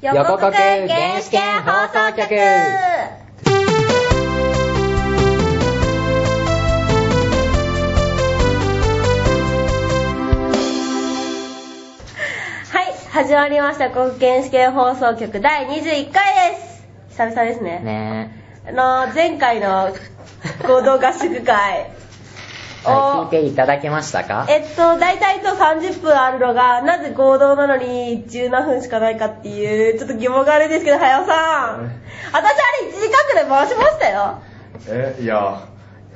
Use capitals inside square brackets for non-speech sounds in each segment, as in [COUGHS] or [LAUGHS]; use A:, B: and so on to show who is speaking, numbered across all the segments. A: 予告原始圏放送局はい、始まりました、国権試験放送局第21回です。久々ですね。
B: ね
A: あの、前回の合同合宿会
B: え、はい、聞いていただけましたか
A: えっと、大体と30分あるのが、なぜ合同なのに17分しかないかっていう、ちょっと疑問があるんですけど、早尾さん。私あれ1時間くらい回しましたよ。
C: えいや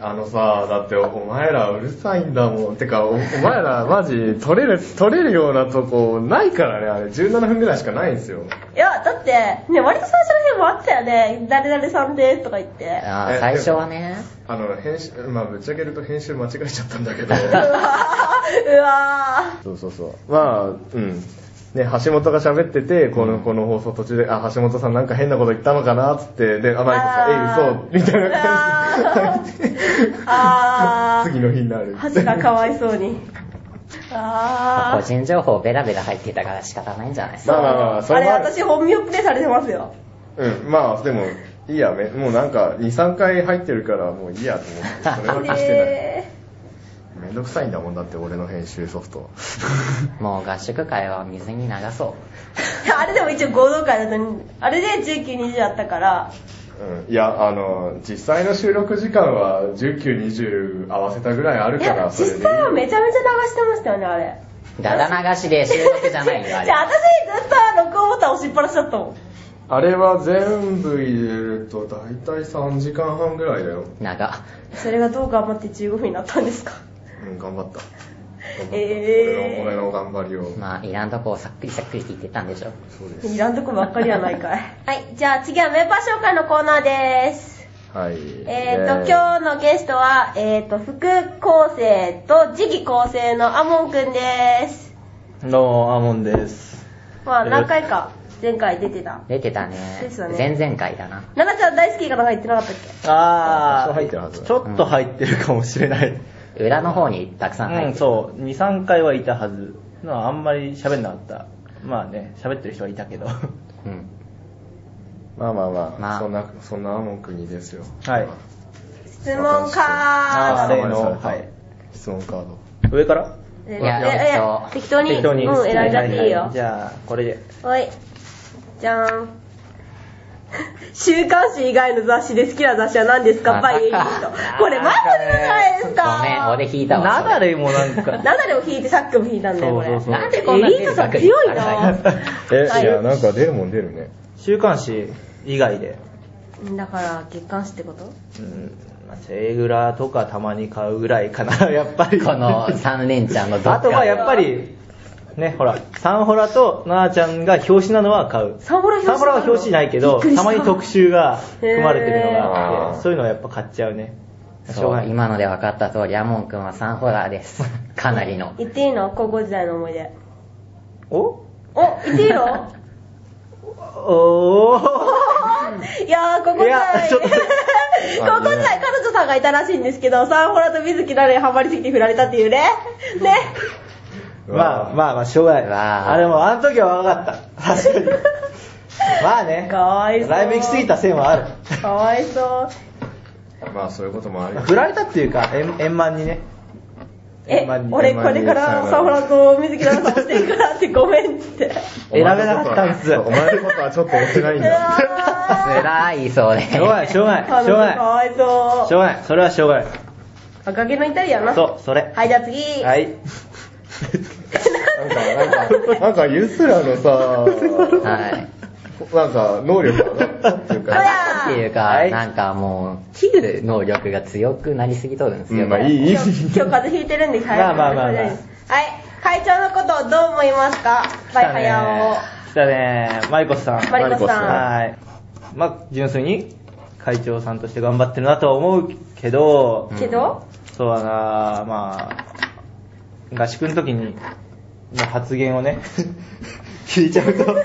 C: あのさだっておお前らうるさいんだもんてかおお前らマジ取れる取れるようなとこないからねあれ17分ぐらいしかないんですよ
A: いや、だって、ね、割と最初の辺もあったよね。誰々さんですとか言って。
B: あー
C: え
B: 最初はね、
C: あの編集まあぶっちゃけると編集間違えちゃったん
A: [LAUGHS]
C: だけど
A: うわーうわ
C: そうそうそうまあうんね、橋本が喋ってて、この、この放送途中で、あ、橋本さんなんか変なこと言ったのかなっつって、で、あ、マイコさん、え、嘘みたいな感じで
A: ー。あ
C: [LAUGHS] 次の日になる。
A: ー。恥がかわいそうに。あ
B: まあ個
A: ー。
B: 人情報ベラベラ入ってたから仕方ないんじゃないです
C: ま
B: か。
C: あまあまあ、そ
A: あ
C: れ
A: れ、
C: もある
A: 私本名プレイされてますよ。
C: うん、まあでも、いいや、めもうなんか、2、3回入ってるから、もういいやと思って、それは消して
A: え
C: ない。めんどくさいんだもんだって、俺の編集ソフト。
B: もう合宿会は水に流そ
A: ー。 [LAUGHS] あれでも一応合同会だと、あれで19、20あったから。
C: うん、いや、あの、実際の収録時間は19、20合わせたぐらいある
A: いや
C: から、、それでい
A: 実
C: い
A: 際はめちゃめちゃ流してましたよね、あれ。
B: う。だだ流しで収録じゃない
A: [LAUGHS]
B: よ、あ
A: じゃあ
B: れ。
A: 私ずっと録音ボタン押しっぱなしだったもん。
C: あれは全部入れると、だいたい3時間半ぐらいだよ。
B: 長。
A: それがどう頑張って15分になったん
C: [LAUGHS]
A: ですか
C: うん、頑張った。
A: えー
C: 俺の俺の頑張りを。
B: まあ、いらんとこをさっくりさっくりって言ってたんでしょ。
C: そうです。
A: いらんとこばっかりやないかい。 [LAUGHS] はい、じゃあ次はメンバー紹介のコーナーです。
C: はい。
A: えーと、今日のゲストは、えーと、副構成と次期構成のアモンくんです。
D: どうも、アーモンです。
A: まあ何回か前回出てた。
B: 出てたね。
A: ですよね
B: 前々回だな。
A: 奈々ちゃん大好きかなんか言ってなかったっけ
D: あ
C: 多少入ってるはずだ
D: ちょっと入ってるかもしれない。
B: 裏の方にたくさん入
D: う
B: っ
D: ん、
B: てる。
D: そう、2、3回はいたはず。まあ、あんまり喋んなかった。まあね、喋ってる人はいたけど。は
B: うん。
C: まあまあまあ、
B: まあ
C: そんな、そんな文句にですよ。
D: い。
A: 質問カ
D: あ
A: ー
D: ー
A: ド。
D: 例の、
C: あ
D: はい。
C: 質問カード。
D: 上から
A: え
B: いや
A: ええ適当に。
D: 適当に。
A: うん、選んじゃっていいよ。
D: はははじゃあ、これで。
A: はい。じゃーん。 [LAUGHS] 週刊誌以外の雑誌で好きな雑誌は何ですか
B: また
A: バ
B: か
A: イエリスト。これ前も出たじゃないですか。
B: ごめん、俺引いたわ。
D: な
B: そ
D: だ
B: れ
D: れもなん
A: [LAUGHS]
D: か、
A: ナダルを引いてさっきも引いたんだよ、これ。
D: そうそうそう
B: なんでこんな
A: エリートさん強いな
C: え、
A: はい
C: いや、なんか出るもん出るね。
D: 週刊誌以外で。
A: だから、月刊誌ってこと
D: うん、まあ、セグラとかたまに買うぐらいかな、 [LAUGHS] やっぱり。
B: この3連チャンのどっか
D: あとはやっぱり、ね、ほら、サンホラとなあちゃんが表紙なのは買う。
A: サンホラ表紙
D: サンホラは表紙ないけど、
A: びっくりした
D: たまに特集が組まれてるのが
C: へ
D: あっ
C: ー
D: て、そういうのはやっぱ買っちゃうね。しょう
B: そう、
D: がない。
B: 今ので分かった通り、アモン君はサンホラー
D: [LAUGHS]
B: です。かなりの。
A: 言っていいの高校時代の思い出。
D: お
A: お、言っていいの
D: お
A: [LAUGHS] いやー、こ [LAUGHS] こ
D: い
A: じゃ
D: やちょっと
A: 高校時代彼女さんがいたらしいんですけど、サンホラと水木なのにハマりすぎて振られたっていうね。ね。
D: ーまあまあまあ、しょうがない。
B: わあ
D: あれも、あの時は分かった。確かに。まあね。
A: かわいそう
D: ライブ行き過ぎた線はある。
A: かわいそう。
C: まあそういうこともあるよ
D: 振られたっていうか、円円満にね。
A: え
D: [LAUGHS] 円満、に
A: 俺これからサフラと水木奈々さんしていくからってごめんって。
D: [LAUGHS] 選べなかったんです
C: お前のことはちょっと追ってないん
A: う
C: だ。
A: わ
B: 辛い、それ。
D: しょうがない、しょうが
A: [LAUGHS] ー
D: ない、しょうが
A: か
D: な
A: わい
D: い。しょ
A: そう
D: がない、それはしょうがない。
A: う。赤毛のイタリアンな。
D: そう、それ。
A: はい、じゃあ次。
D: はい。
C: なんか、なんか、なんかユスラのさ、
B: はい。
C: なんか能力はなっていう
A: ほら
C: か、
B: っていうか、
D: はい
B: なんかもう、切る能力が強くなりすぎとるんです
C: う
B: よ。
C: ん、まあいい、いい。
A: 今日今日風邪ひいてるんで、はい。
D: まあまあまあまあ
A: はい。会長のことどう思いますかバイハヤ
D: 来たねー。マリコさん。
A: オ。マリコさん。
D: はい。まあ、純粋に会長さんとして頑張ってるなとは思うけど、
B: うん
A: けど、
D: そうだなまあ、合宿の時に、の発言をね、 [LAUGHS] 聞いちゃうと。
B: まあ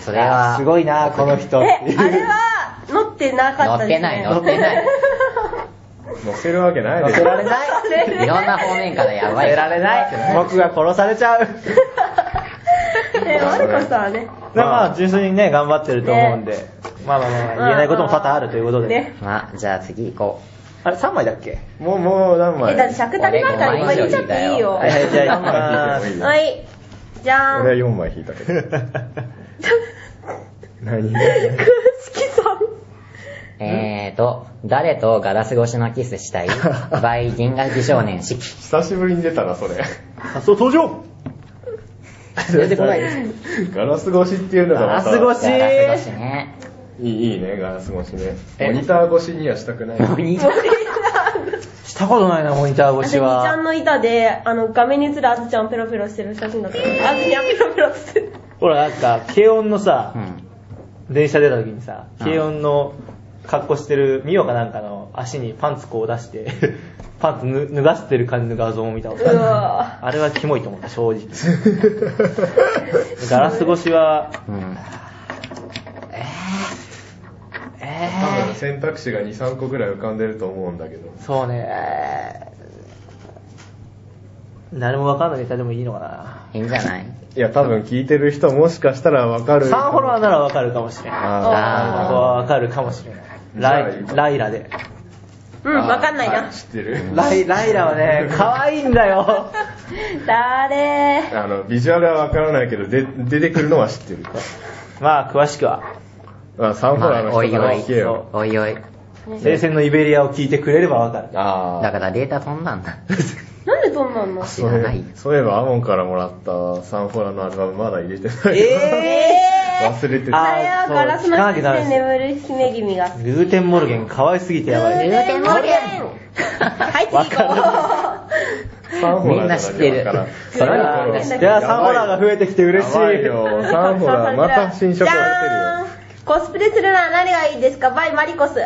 B: それは
D: すごいなこの人。
A: え、あれは乗ってなかったです、ね。
B: 乗ってない乗っ
A: [LAUGHS]
B: てない
C: 乗せるわけないで
D: 乗
C: し
D: せ
C: ょ。
D: られない。
A: 乗せ
B: い
A: れ
B: ろんな方面からやばい。
D: 乗せられない。僕が殺されちゃう。
A: えね、悪かったらね。
D: まあまあ、純粋にね、頑張ってると思うんで、まあまあまあまあ、言えないことも多々あるということで。
A: ね
B: [LAUGHS] まあ、じゃあ次行こ
D: あれ、3枚だっけ
C: もう、もう何枚
A: え、だって尺足りないからいっぱい引いちゃっていいよ。
D: はいはい、じゃあ行きま
C: 俺
D: ー
C: は
A: はい。じゃーん。
C: 4枚引いたけど。何
A: 倉敷さん。
B: う。えーと、誰とガラス越しのキス
D: [LAUGHS]
B: したい by 銀河美少年式。
C: 久しぶりに出たな、それ。
D: す。発想登場
B: 出てこないです。
C: ガラス越しっていうのがまた
D: ガラス越し
B: ガラス越しね。
C: いいいいね、ガラス越しね。
B: え
C: モニター越しにはしたく
B: [LAUGHS]
C: ない。
B: モニター
D: したことないな、モニター越
A: 私、
D: し
A: みちゃ
D: は
A: ん。の板で、あの、画面に映るあずちゃんペロペロしてる写真だった。あずちゃんペロペロしてる。
D: ほら、なんか、軽音のさ
B: う、ん。
D: 電車出た時にさ、
B: うん
D: 軽音の格好してるミオかなんかの足にパンツこう出して、 [LAUGHS] パンツぬ脱がしてる感じの画像を見たことあ
A: う
D: る
A: わ
D: あれはキモいと思った、
A: [LAUGHS]
D: 正直。ガラス越しは、
B: うん。
C: 多分選択肢が2、3個ぐらい浮かんでると思うんだけど。
D: そうね、えー何もわかんないネタでもいいのかな。
B: いいんじゃない
C: いや、多分聞いてる人もしかしたらわかる。
D: サンフォロワーならわかるかもしれない。
B: あ
D: 僕
B: ー
D: はわかるかもしれない。ライ
C: じゃあ
D: ライラで。
A: うん、わかんない
C: は
A: な。
C: 知ってる。
D: ライライラは [LAUGHS] ね、可愛いんだよ。
A: 誰
C: あの、ビジュアルはわからないけど、で、出てくるのは知ってる。
D: まあ、詳しくは、
C: あサンフォロワー
B: まあお
C: の
B: い
C: 人
B: お
C: から
B: い
C: 聞けよ。、
B: おいおい。
D: 冷戦のイベリアを聞いてくれればわかる。
C: あ
B: だからデータ飛んだんだ。
A: なんでそんなんの
B: 知らないよ。
C: そういえば、アモンからもらったサンフォラのアルバムまだ入れてない。
A: えー。
C: 忘れて
D: あ
C: た。
A: あれはガラスの下で眠る姫君
D: [LAUGHS]
A: が。
D: グーテンモルゲン可愛すぎてやばい。
A: ルーテンモルゲンはい、次行こ
C: サンフォラ
B: みんな知ってる
C: それは
B: みんな
D: じゃあ、サンホラーが増えてきて嬉しい。
C: やばいよ。
A: う。
C: サンフォラまた新
A: じ
C: 色が
A: ゃ
C: 出
A: ーんコスプレするなら何がいいですかバイマリコス。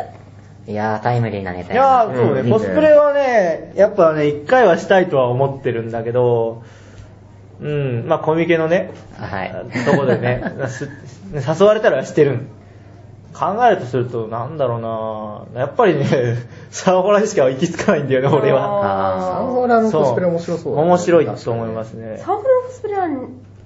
B: いやー、タイムリーなネタ
D: いやー、
C: うん
D: そうね、
C: いいね
D: コスプレはね、やっぱね、一回はしたいとは思ってるんだけど、うん、まあコミケのね、
B: はい。
D: とこ
B: [LAUGHS]
D: でね、す誘われたらしてるん。考えるとすると、なんだろうなやっぱりね、サオホラにしか行き着かないんだよね、俺は。
B: あー
C: サンフォラの
D: そう
C: コスプレ面白そうだね
D: 面白いと思いますね。
A: サンフランコスプレは、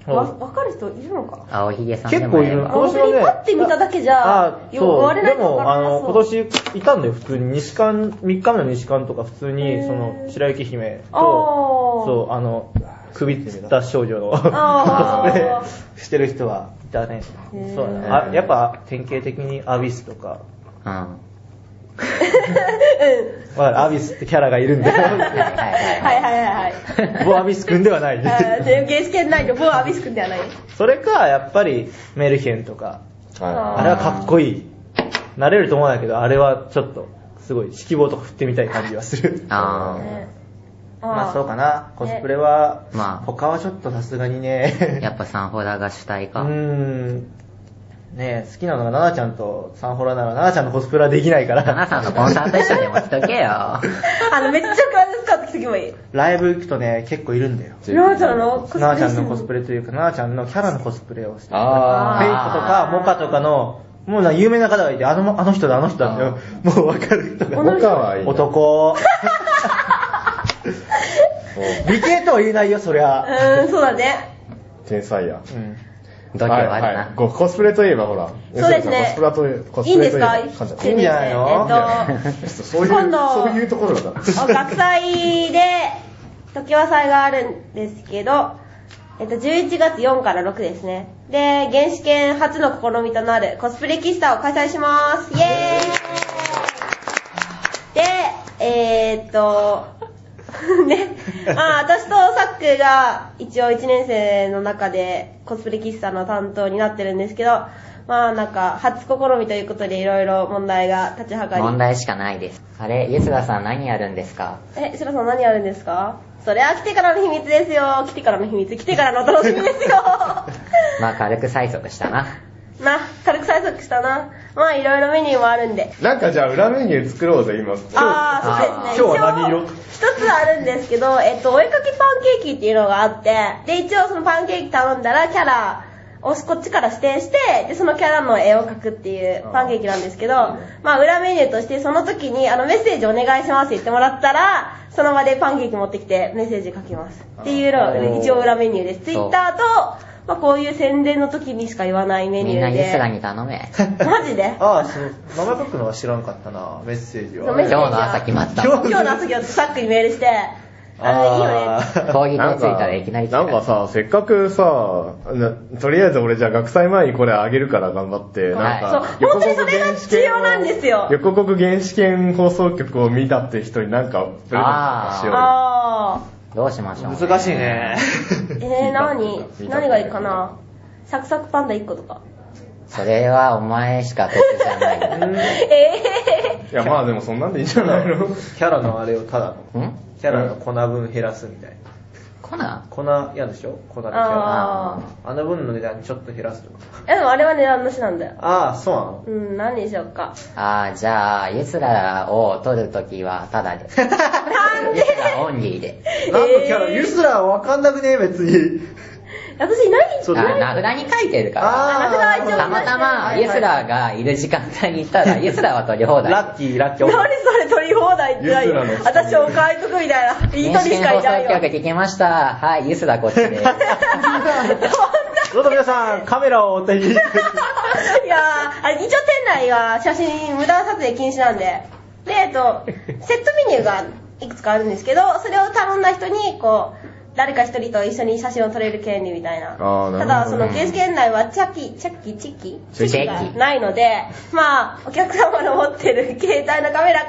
A: わ、わかる人いるのか
B: 青ひげさんで
D: 結
B: も
D: 構い
B: やれ
D: る。
B: ば
A: 本当にパッて見ただけじゃ
D: あー
A: よく
D: そう。
A: 割れな
D: で
A: いとわ
D: も、
A: か
D: あ
A: らな
D: の、
A: そう
D: 今年いたんだよ、普通に。西館、3日目の西館とか、普通
A: へ
D: に、
A: ー
D: その、白雪姫と、
A: あー
D: そう、あの、首吊った少女の、
A: あ
D: [LAUGHS] コスプ
A: ー
D: レしてる人はいたね
A: へ。ー
D: そうだね。あやっぱ、典型的にアビスとか、
B: うん。は
D: わかるアビスってキャラがいる
A: [LAUGHS]
D: んで、
B: いはいは。
A: はいいはいはいはい。
D: もうアビスくんではない。
A: あーで、ゲース圏内の某アビス君ではない。
D: それか、やっぱり、メルヘンとか、
C: てるよ。
A: あー
D: あれはかっこいい。慣れると思うんだけど、あれはちょっと、すごい、指揮棒とか振ってみたい感じはする。
B: [LAUGHS] あ
A: ね
D: [LAUGHS] まあそうかな。
A: ね
D: コスプレは、
B: まあ
D: 他はちょっとさすがに
B: ー。
D: ね。
B: やっぱサンホラーが主体
D: [LAUGHS] うー
B: か。
D: ん。ねえ、好きなのがナナちゃんとサンホラならナナちゃんのコスプレはできないか
B: ナナ
D: ら。
B: さんのコンサート衣装でも着とけ
D: [LAUGHS]
B: よ。
A: あの、めっちゃグラデスカート着てけばいい。
D: ライブ行くとね、結構いるんだよ。
A: なあちゃんのコスプレ
D: ナナちゃんのコス
A: レ。
D: プレというか、ナナちゃんのキャラのコスプレをしてる。フ
C: あ
D: ェイクとかモカとかの、もうな有名な方がいて、あのあの人だ、あの人だって、もうわかる人
C: ー。
D: が。
C: 他はいい
B: [LAUGHS]
C: な。
D: 男。
C: お
D: 美形とは言えないよ、そり
A: う
D: ゃ。
A: ーん、そうだね。
C: 天才や。
D: うん。
B: 度胸ある
C: はいはい
B: な。
C: こうコスプレといえばほら。
A: そうですね
C: コスプラといえコス
A: いい
C: プ
A: んで
C: レ
A: す
C: といえ
A: か
C: ば噛んじゃった
D: いいんじゃないの
A: えっと、
C: そういう、
A: 今度
C: そういうところだ。
A: あ学祭で、時和祭があるんですけど、えっと、11月4から6ですね。で、原始圏初の試みとなるコスプレ喫茶を開催します。イェーイで、えー、っと、 [LAUGHS] ね、まあ、私とサックが一応1年生の中でコスプレ喫茶の担当になってるんですけど、まあなんか初試みということでいろいろ問題が立ちはかり
B: 問題しかないです。あれ、ゆすださん何やるんですか
A: え、白さん何やるんですかそれは来てからの秘密ですよ。来てからの秘密。来てからのお楽しみですよ。
B: まあ軽く催促したな。
A: な、軽く催促したな。まあいろいろメニューもあるんで。
C: なんかじゃあ裏メニュー作ろうぜ、今。
A: あー、そうですね。
D: 今日は何色
A: 一応一つあるんですけど、えっと、お絵かきパンケーキっていうのがあって、で、一応そのパンケーキ頼んだらキャラをこっちから指定して、で、そのキャラの絵を描くっていうパンケーキなんですけど、まあ裏メニューとしてその時にあのメッセージお願いしますって言ってもらったら、その場でパンケーキ持ってきてメッセージ書きます。っていうのが一応裏メニューです。ツイ
B: そう
A: ッターと、まあ、こういう宣伝の時にしか言わないメニュー
B: み
A: で。
B: んなユスラに頼め。今
A: マジで
D: ああ、そう、名前書くのは知らんかったな、メッセージ
A: ご
D: は
A: め。ん
B: 日の朝決まった。
D: 今
B: 講
D: 日
A: 今日の朝今日スタックにメールして、あ
D: あー
B: 義手ついたらいきなり来
C: な
B: た
C: ん
B: から
C: か。さ、せっかくさ、なとりあえず俺じゃあ学祭前にこれあげるから頑張って、なん
A: そう
C: か、
A: 本当にそれが重要なんですよ
C: 横国原始圏放送局を見たって人になんかプレゼントとか
A: い
C: し
A: いよね。
C: よ
A: あ
B: どうしましょう、
D: 難しい。ね。
A: ー。えー、何何がいいかなサクサクパンダ1個とか。
B: それはお前しか得じゃ
D: [LAUGHS]
B: ない。
A: え
C: う。いや、まあでもそんなんでいいんじゃないの
A: [LAUGHS]
D: キャラのあれをただの、
B: ん
D: キャラの粉分減らすみたいな。
B: コナン
D: 粉嫌でしょ粉のキャラ。
A: あ
D: あの分の値段ちょっと減らすとか。
A: ー。え、でもあれは値段なしなんだよ。
D: ああ、そうなの
A: うん、何にしようか。
B: あー、じゃあ、ユスラを取るときはタダで。ユスラオンリーで。
D: なんのキャラ、
A: えー
D: ユスラわかんなくねえ、別に。
A: 私何
B: あ
D: そうだね
B: ー、名札に書いてるから。
A: あ
D: あ
A: 名
D: ー
A: 札は一応
B: たまたま、ユスラがいる時間帯に行ったら、ユスラは取り放題。
D: ラッキー、ラッキー。
A: 何それ取り放題って何
C: ユスラの人
A: 私お買い得みたいな。いい
B: 認
A: 鳥
B: 識
A: しか
B: 放
A: いない
B: 送
A: よ。
B: 局聞きました。はい、ユスラこっちです。
D: どうぞ皆さん、カメラをお手に。
A: [LAUGHS] いやー、あれ、一応店内は写真無断撮影禁止なんで。で、えっと、セットメニューがいくつかあるんですけど、それを頼んだ人に、こう、誰か一人と一緒に写真を撮れる権利みたいな。
C: あーなるほどね
A: ただ、その、ゲース圏内はチャキ、チャキ、チッキ
B: チェキ
A: がないので、まあ、お客様の持ってる [LAUGHS] 携帯のカメラか、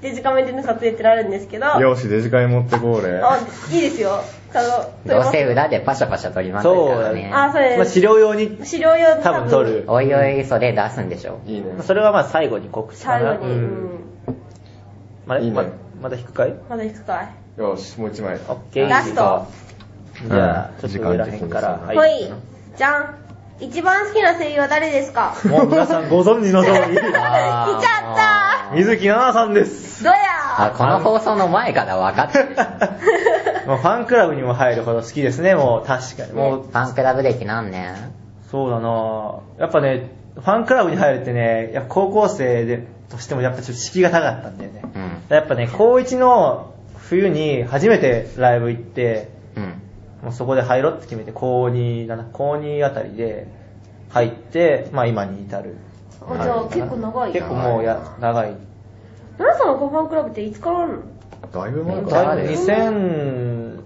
A: デジカメでの撮影ってなるんですけど、
C: よし、デジカイ持ってこうれ。
A: あいいですよ。その、撮れ
B: どう
A: ます
B: せ裏でパシャパシャ取りまくるからね。
A: あ、そう
D: ま
A: で
D: あ、
A: す。
D: 資料用に、
A: 資料用
D: 多分撮る。
B: おいおい、それ出すんでしょ。
C: [LAUGHS] いいね。
D: それはまあ最後に告知か
A: 最
D: な。
A: 後に、
D: う
A: うんん。
D: まだ、
C: いいね
D: ままだ引くかい
A: まだ行くかい。
C: よし、もう一枚。
D: オッケー。
A: ラスト。
D: じゃあ、
C: うん
D: ちょっと上らへんから。
C: 時間
A: ほい。じゃん。一番好きな声優は誰ですか来ち
D: もう皆さんご存知の通り。 [LAUGHS]
B: あ
A: ゃ
B: ー
A: っ
D: 水木奈々さんです。
A: たどや
B: あ、この放送の前から分かってる。
D: もうファンクラブにも入るほど好きですね、もう確かに。もう、
B: ファンクラブ歴何年
D: そうだなぁやっぱね、ファンクラブに入るってね、いや高校生でとしてもやっぱちょっと敷居が高かったんだよね。
B: うん。
D: やっぱね、高1の冬に初めてライブ行って、
B: うん。
D: もうそこで入ろうって決めて、高2だな、高2あたりで入って、まあ今に至る。
A: あじゃあ結構長い
D: 結構もうや、長い。
A: 奈々さんのご飯クラブっていつからあるの
C: だいぶ前か。
D: だいぶ2000、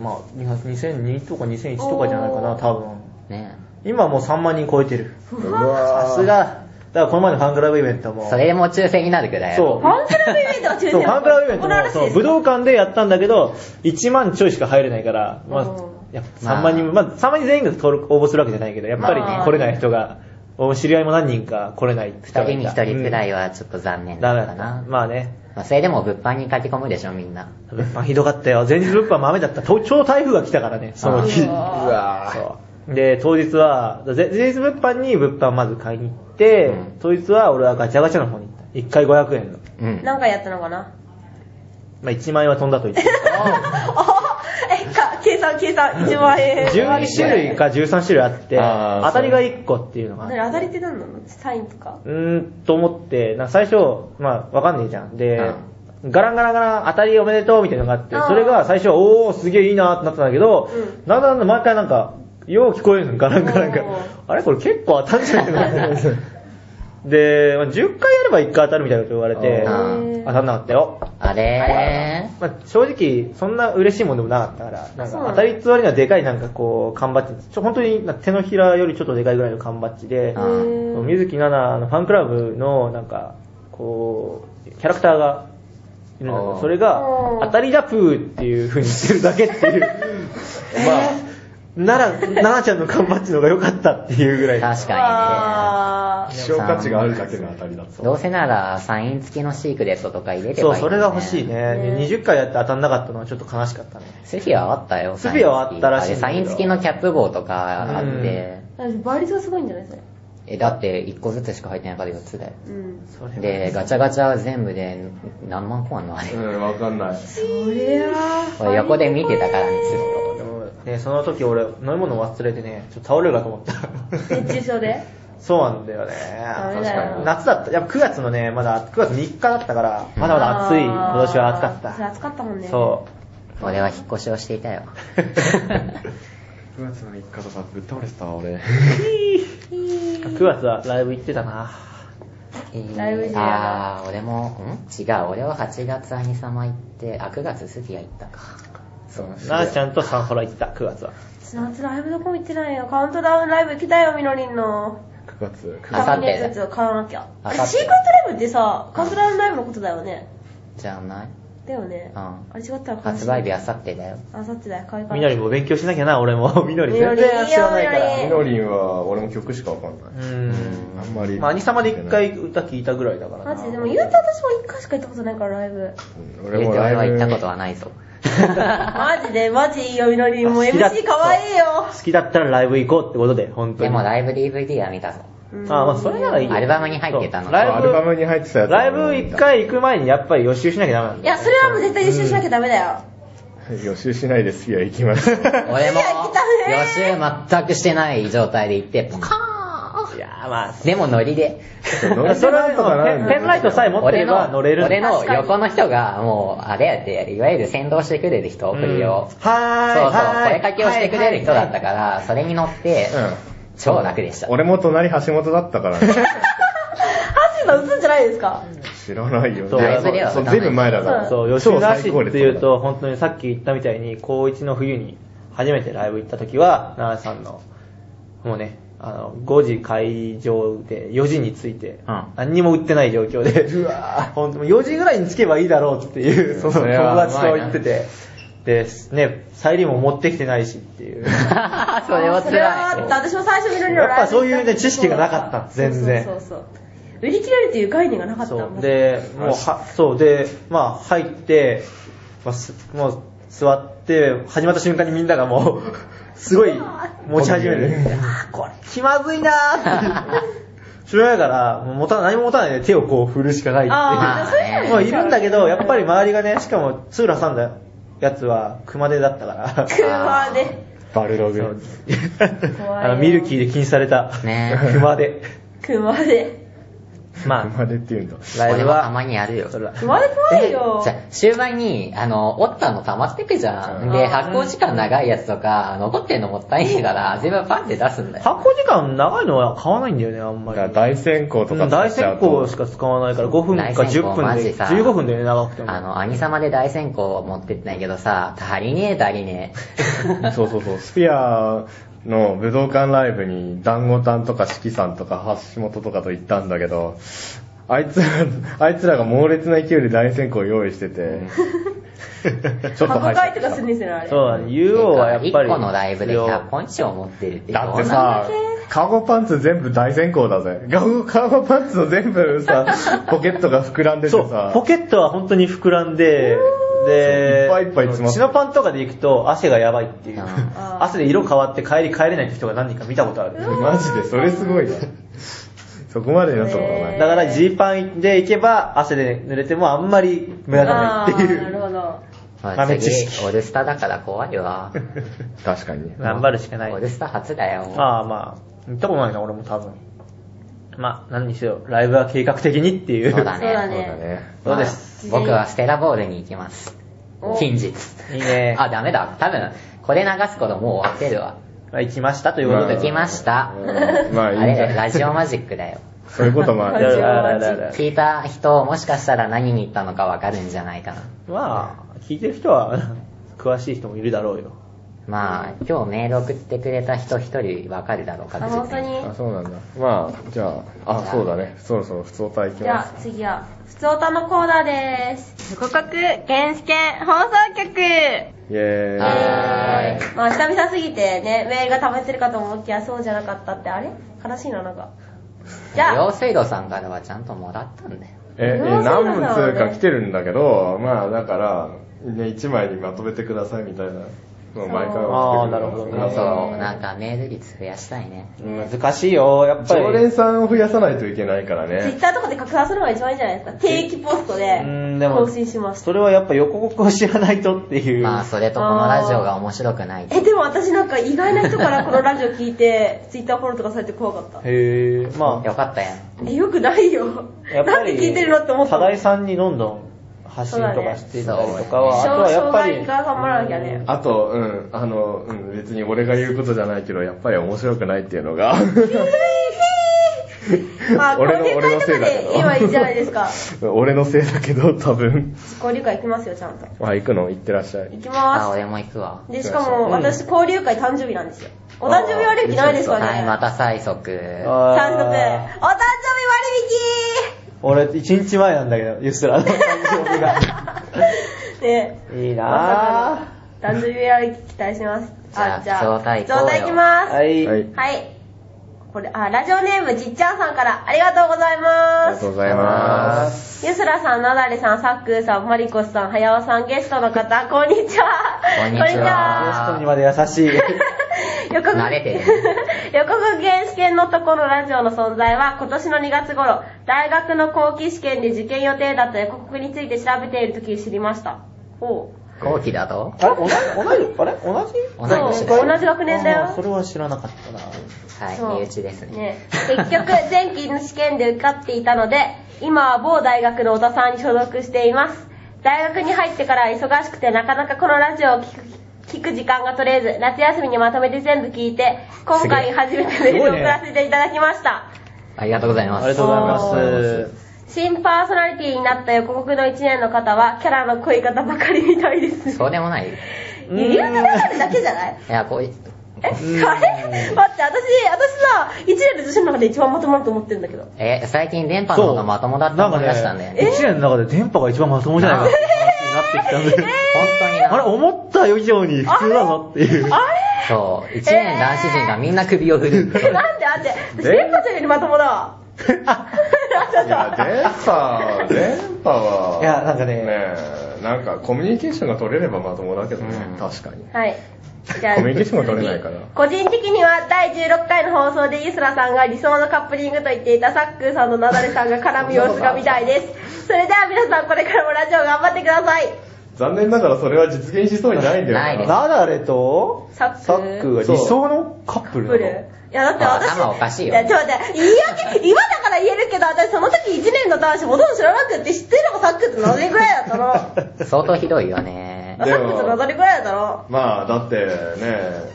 D: まあ2002とか2001とかじゃないかな、多分。
B: ね
D: 今もう3万人超えてる。
C: う
D: さ
C: わ
D: すが。だからこの前のファンクラブイベントも。
B: それも抽選になるくらい。
D: そう。
A: ファンクラブイベントは中
D: そう、
A: 止
D: ファンクラブイベント
A: これ
D: も、
A: 嵐
D: そう、
A: です
D: 武道館でやったんだけど、1万ちょいしか入れないから、まあ
A: うん、
D: やっぱ3万人、まあ、3万人全員が登録、応募するわけじゃないけど、やっぱり
A: まあ
D: ね、来れない人が、お知り合いも何人か来れない人
B: 二
D: がいた。
B: 人に一人くら
D: い。
B: いはちょっと残念だ
D: ダ
B: っ
D: メだ
B: た
D: っ
B: な
D: た。。まあね、
B: まあ、それでも物販に書き込むでしょ、みんな。
D: 物販ひどかったよ。前日物販豆だった。と超台風が来たからね、その日。
A: うわ
D: そう。で、当日は、ぜ前日物販に物販まず買いに行って、
B: うん
D: 当日は俺はガチャガチャの方に行った。1回500円の。
B: うん。
A: 何回やったのかな [LAUGHS]
D: まあ1万円は飛んだと言って。
B: [LAUGHS]
A: あえか計算計算1万円
D: 12種類か13種類あって、
C: あー
D: 当たりが1個っていうのがあっ
A: 何
D: て
A: 当たりって何なのサインとか
D: うーんと思って、なんか最初、まあわかんねえじゃん。で、ガランガランガラン当たりおめでとうみたいなのがあって
A: あー、
D: それが最初、おーすげえいいなってなったんだけど、
A: う
D: だんだんだん毎回なんか、よう聞こえるの、ガランガランが
A: おー。
D: あれこれ結構当たんじゃない
A: [LAUGHS]
D: ので、まあ10回やれば1回当たるみたいなこと言われて、
B: あー
A: うん
D: 当たんなかったよ。
B: あれ
D: まあ、正直、そんな嬉しいもんでもなかったから、なん
A: そうなの
D: か当たり障りのでかいなんかこう、缶バッジ、ちょ本当になんか手のひらよりちょっとでかいぐらいの缶バッジで、
B: あー
A: うーん
D: 水木奈々のファンクラブのなんか、こう、キャラクターがいるんだけ
C: あ
D: ど、
C: ー
D: それが
A: うん、
D: 当たりだプーっていう風にしてるだけっていう、まあ、奈々、奈々ちゃんの缶バッジの方が良かったっていうぐらい。
B: 確か
A: あ
C: 希少価値があるだけの当たりだっ
B: にね。ど
C: た。
B: うせなら、サイン付きのシークレットとか入れて
D: そ
B: ば
D: う、
B: いい、ね。
D: それが欲しいね。。
A: ね
D: 20回やって当たんなかったのはちょっと悲しかったね。
B: スフィアはあったよ。
D: スフィアはあったらしいんだけど
B: サイン付きのキャップ帽とかあって。
A: ー倍率がすごいんじゃないそれ
B: え、だって1個ずつしか入ってないから4つだよ。
A: うん
D: それ
B: で、ガチャガチャ全部で何万個あんのあれ
C: う。ん、わかんない。
A: そりゃあ
B: 俺横で見てたからね、ずっ
D: でもね、その時俺、飲み物忘れてね、ちょっと倒れるかと思った。 [LAUGHS]
A: 熱中症で
D: そうなんだ
A: ダ
D: よね。
A: メだ
C: 確か
A: よ
C: に
D: 夏だった、やっぱ9月のね、まだ9月3日だったから、まだまだ暑い、今年は暑か
A: あーそれ
D: っ
A: 暑かったもん
D: た。
A: ね。
D: そ
B: と。俺は引っ越しをしていたよ。
C: 9月の3日とかぶっ倒れてたわ俺
D: 9月はライブ行ってたな。
B: えー
A: ライブ時やな
B: あー、俺も、ん違う、俺は8月兄様行って、あ、9月スフィア行ったか。
C: そう
D: なあちゃんとサンフォラ行ってた、9月は。
A: 夏ライブどこも行ってないよ。カウントダウンライブ行きたいよ、みのりんの。
C: 9月
B: あさって
A: のやつを買わなきゃ。
B: あ
A: シーク
B: さ
A: レ
B: っ
A: ッ
B: て
A: トライブってさ、カウントダウンライブのことだよね。
B: じゃない
A: だよね。
B: うん
A: あれ違ったら
B: 発売日あさってだよ。
A: あさってだよ、買いか
D: みのりも勉強しなきゃな、俺も。 [LAUGHS] みのり全然知らないか
A: み
C: み
D: ら。
C: のりんは俺も曲しかわかんな
D: う
C: い、
D: ん。
C: あんまり
D: まあ、兄様で一回歌聞いたぐらいだからな。
A: マジで、でも言うて私も一回しか行ったことないから、ライ
D: [LAUGHS]
A: ブ。
C: うん
B: 俺
C: 俺も
B: もは
C: ライ
B: 行
C: ブ
B: ったことはないぞ。
A: マジで、マジいいよ、みのりん。もう
D: 好きだ
A: MC かわいいよ。
D: 好きだったらライブ行こうってことで、本当
B: で
D: に。
B: もライブ DVD は見たぞ。
A: うん
D: ああ、まあ、それならいいよ。
B: アルバムに入ってたの
D: そう
C: そうアルバ
D: ライ
C: ムに入ってたや
D: ブ、
C: つ
D: ライブ一回行く前にやっぱり予習しなきゃダメなん
A: い
D: だよ
A: や、
D: ね。
A: それはもう絶対予習しなきゃダメだよ。
C: 予習しないですよ行きました
D: [LAUGHS]
B: 俺も
A: いや行きた
B: 予習全くしてない状態で行って、ポカー
D: いやーまあ、
B: ンでもノリで。
C: 乗れて
D: [LAUGHS] それ
C: なんとかなるん
D: は
C: だ
D: ペンライトさえ持って
B: 俺
D: れば
B: の、
D: 乗れるんだ
B: 俺の横の人が、もう、あれやって、いわゆる先導してくれる人、振りを。
D: うんはーい
B: そうそう、
D: はーい
B: 声かけをしてくれる人だったから、それに乗って、超楽で
C: [LAUGHS]
B: した。
C: 俺も隣橋本だったからね
A: ハッシーさん映んじゃないですか。
C: 知らないよ
D: そう
C: ねそうずいぶん前だから
D: そう、吉
C: 超
D: 村市
C: 最
D: っ
C: 高
D: て
C: 列
D: 言うと、本当にさっき言ったみたいに、高1の冬に初めてライブ行った時は、奈良さんの、もうね、あの、5時会場で4時に着いて、
B: うん
D: 何にも売ってない状況で、うわ [LAUGHS] 本当4時ぐらいに着けばいいだろうっていう、その
C: そ
D: 友
C: れは
D: 達と言ってて、で、ね、サイリーも持ってきてないしっていう。
B: それは
A: それは
B: 辛い。
A: 私も最初みのりんの
D: やっ
A: ライブ行った
D: ぱそういうね、知識がなかった、全然。
A: そうそうそうそう。売り切れるという概念がなかった
D: そう。で、もうは、そう、で、まあ、入って、まあ、すもう、座って、始まった瞬間にみんなが [LAUGHS] もう、すごい、持ち始め [LAUGHS] る。あーこれ、気まずいなー [LAUGHS] って。それだから、もう持た何も持たないで手をこう振るしかないっていう。
A: あ
B: ー
A: あ、そういうの
D: もういるんだけど、やっぱり周りがね、しかも、ツーラさんだやつは、熊手だったから。 [LAUGHS]
A: 車で。
C: バルロ
D: そう
C: グ
A: 怖い
D: あ
A: よ
D: の、ミルキーで禁止された、
B: ね
D: [LAUGHS] 熊手。
A: 熊で。
D: まあ、
C: 熊手って言うんだ
D: ライ
B: 俺
D: ブ
B: も
D: は、
B: たまにやるよ。
D: それは
A: 熊で怖いよ
B: じ。ゃあ終盤に、あの、折ったの溜まってくじゃん。で、発行時間長いやつとか、残ってんのもったいねえから、自分パンって出すんだよ。
D: 発行時間長いのは買わないんだよね、あんま
C: だ
D: り。
C: から大先行と
D: う
C: か
D: ん大
C: 使っちゃ
D: 先
C: うと
D: 行しか使わないから5分か
B: 大先行
D: 10分で、
B: マジさ
D: 15分でね、長くても。
B: あの、兄様で大先行持ってってないけどさ、足りねえ足りねえ。
C: そうそうそう、スピアの武道館ライブに団子タンとか四季さんとか橋本とかと行ったんだけど、あいつら、 [LAUGHS] あいつらが猛烈な勢いで大先行用意してて、ちょっと入
A: 箱
C: っ
A: 買いと
C: て
A: かするんですよね、あれ。
D: そうだね、UO はやっぱ
B: 1
D: り。
B: 個のライブで100本以上持ってるって
C: だって
B: どうなの
C: さ、カゴパンツ全部大先行だぜ。カゴカゴパンツの全部さ、ポケットが膨らんでて
D: そう、
C: さ
D: ポ、ケットは本当に膨らんで、
C: い
D: で、
C: っぱいいっぱい詰まって
D: チノパンとかで行くと汗がやばいっていう
B: あ。
A: ー
D: [LAUGHS] 汗で色変わって帰り帰れないって人が何人か見たことある。
C: マジでそれすごいな。そこまでやったことな
A: ね
C: い。
D: だからジーパンで行けば汗で濡れてもあんまり目立たないってい
A: あーな
D: う。
A: るほど。
B: まあ
D: 豆知識
B: 次、オールスターだから怖いわ。
C: 確かにね。
D: 頑張るしかない
B: オー。ルスター初だよ。
D: まあまあ、行ったことないな、俺も多分。まあ、何にせよ、ライブは計画的にっていう。
B: そうだ
A: そう
B: ね。
A: だ
C: そうだ
A: ね。
C: ね。
D: そうです
B: まあ僕はステラボールに行きます
A: お。
B: 近日。
D: いい [LAUGHS] ね。
B: あ、ダメだ。多分、これ流す頃もう終わってるわ。
D: まあ行きましたということで。
B: 行きました。
C: うんまあいいん
B: [LAUGHS] あ
C: じゃ
B: れだ
C: な
B: よ
C: い
B: ラジオマジックだよ。
C: そういうこともあ
D: あ
C: る
A: ラジオ
D: らららら
B: 聞いた人、もしかしたら何に行ったのかわかるんじゃないかな。
D: まあ、聞いてる人は、 [LAUGHS] 詳しい人もいるだろうよ。
B: まあ、今日メール送ってくれた人一人わかるだろうか
A: あ、本当に。
C: あ、そうなんだ。まあ、じゃあ、あ、そうだね。そろそろ普通歌いき
A: じゃ
C: ま
A: あ次は、ふつおたのコーナーです。予告、原始圏放送局
C: す。イェーイ。
B: はーい。
A: まあ久々すぎてね、メールが溜まってるかと思いきやそうじゃなかったって、あれ悲しいな、なんか。じゃあ、
B: 用水路さんからはちゃんともらったんだよ。
C: え、え
A: うわそうな
C: 何
A: んだ
C: 通か来てるんだけど、まあ、だから、ね、1枚にまとめてくださいみたいなのを毎回送ってくるん
D: あーなる
C: だ
D: ほ
C: け
D: どね
B: そう、なんかメール率増やしたいね。
D: 難しいよ、やっぱり。
C: 常連さんを増やさないといけないから
A: ツイッ
C: ね。
A: ターとかで拡散するのが一番いいんじゃないですか。定期ポストで
D: うんでも
A: 更新します。
D: それはやっぱ横告を知らないとっていう。
B: まあ、それとこのラジオが面白くないって。
A: え、でも私なんか意外な人からこのラジオ聞いて、ツイッターフォローとかされて怖かっ
D: へえ、まあ、
B: よかったやん。
A: た。え、よくないよ。
D: やっ
A: な
D: ぱ
A: ん
D: り、
A: で聞いてるのって思った
D: 多
A: の
D: 大さんにどんどん、発信とかしていたりとかは、あとはやっぱり、
A: 障害が頑張らなきゃね。
C: あと、うん、あの、うん、別に俺が言うことじゃないけど、やっぱり面白くないっていうの [LAUGHS] が、
A: まあ、この
C: 俺の
A: 展開とかで言えばいいじゃないですか。
C: 俺のせいだけど、多分。
A: 交流会行きますよ、ちゃんと。
C: まあ、行くの行ってらっしゃい。
A: 行き
B: あ、
A: ま
B: 俺も行くわ
A: す。。で、しかも、私、交流会誕生日なんですよ。お誕生日割引ないですか
B: はい、ま
A: ね。
B: た催促。
A: 早
D: あ
A: 速、お誕生日
D: ー
A: 割
D: 俺、1日前なんだけど、ゆっす [LAUGHS] らの誕生日が。
A: 引ね
D: いいなぁ。
A: 誕生日割引期待します。あ、じ
B: じゃあ
A: ゃあ、
B: 状態行こう
A: 状
B: よ
A: 態行きます。
D: は
A: はい。
D: い。
C: はい。
A: これ、あ、ラジオネームじっちゃんさんからありがとうござい
C: あり
A: ま
C: が
A: す
C: とう。ございます。
A: ゆすらさん、なだれさん、さっくーさん、まりこさん、はやおさん、ゲストの方、こんにちは。
B: こんにちは
D: ゲストにまで優しい。
A: 予告
B: 慣
A: [LAUGHS]
B: れてる
A: 予告原試験のとこのラジオの存在は今年の2月頃大学の後期試験で受験予定だった予告について調べている時に知りましたおう
B: 後期だと
D: あれ同じ、同じ、あれ同じ
B: 同い年だ
A: そう同じ学年だよ
D: あーそれは知らなかったな。
B: はい、
A: そう
B: 身内ですね。
A: ね結
B: [LAUGHS]
A: 局前期の試験で受かっていたので今は某大学の小田さんに所属しています大学に入ってから忙しくてなかなかこのラジオを聞く聞く時間が取れず夏休みにまとめて全部聞いて今回初めてメールを送らせていただきました、
B: ありがとうござい
D: あ
B: ま
D: りが
B: す。
D: とうございます。
A: 新パーソナリティになった予告の1年の方はキャラの濃い方ばかりみたいです。
B: そうでもない。い
A: 指輪が流れるだけじゃない
B: や、こうい、
A: え、あれ待って、私、私さ、1年の女子の中で一番まとまると思ってんだけど。
B: え、最近電波の方がまともだって思い出したんだよね。
D: 1年の中で電波が一番まともじゃないかって話になってきたんで。
B: 本当に
D: あれ、
B: な。
D: 思った以上に普通だぞっていう。
A: あ
B: そう、1年男子陣がみんな首を振る。
A: れなんであって、私、レンパちゃんよりまともだ
B: [LAUGHS]
A: わ。
C: いや、電波、電波は、
D: いやなんかね
C: えなんかコミュニケーションが取れればまともだけどね、
B: うん
C: 確かに。
A: はい。じゃあ
C: コミュニケーションが取れないから。
A: 個人的には第16回の放送でユスラさんが理想のカップリングと言っていたサックーさんとナダレさんが絡む様子が見たい
C: [LAUGHS]
A: です。それでは皆さんこれからもラジオ頑張ってください。
C: 残念ながらそれは実現しそうにないんだよ
B: ないです
D: ナダレと
A: サック
D: サックが理想のカップ
A: カ
D: ル
A: ッ
D: なの
A: プルいやだって私
B: 頭おかしいよ
A: やちょっと待って言い訳今だから言えるけど私その時1年の男子ほとんど知らなくって知ってるのがサックと何年ぐらいだったの
C: [LAUGHS]
A: サッ
B: 相当ひどいよね。
A: クと何年ぐらいだったの
C: まあ、だってね、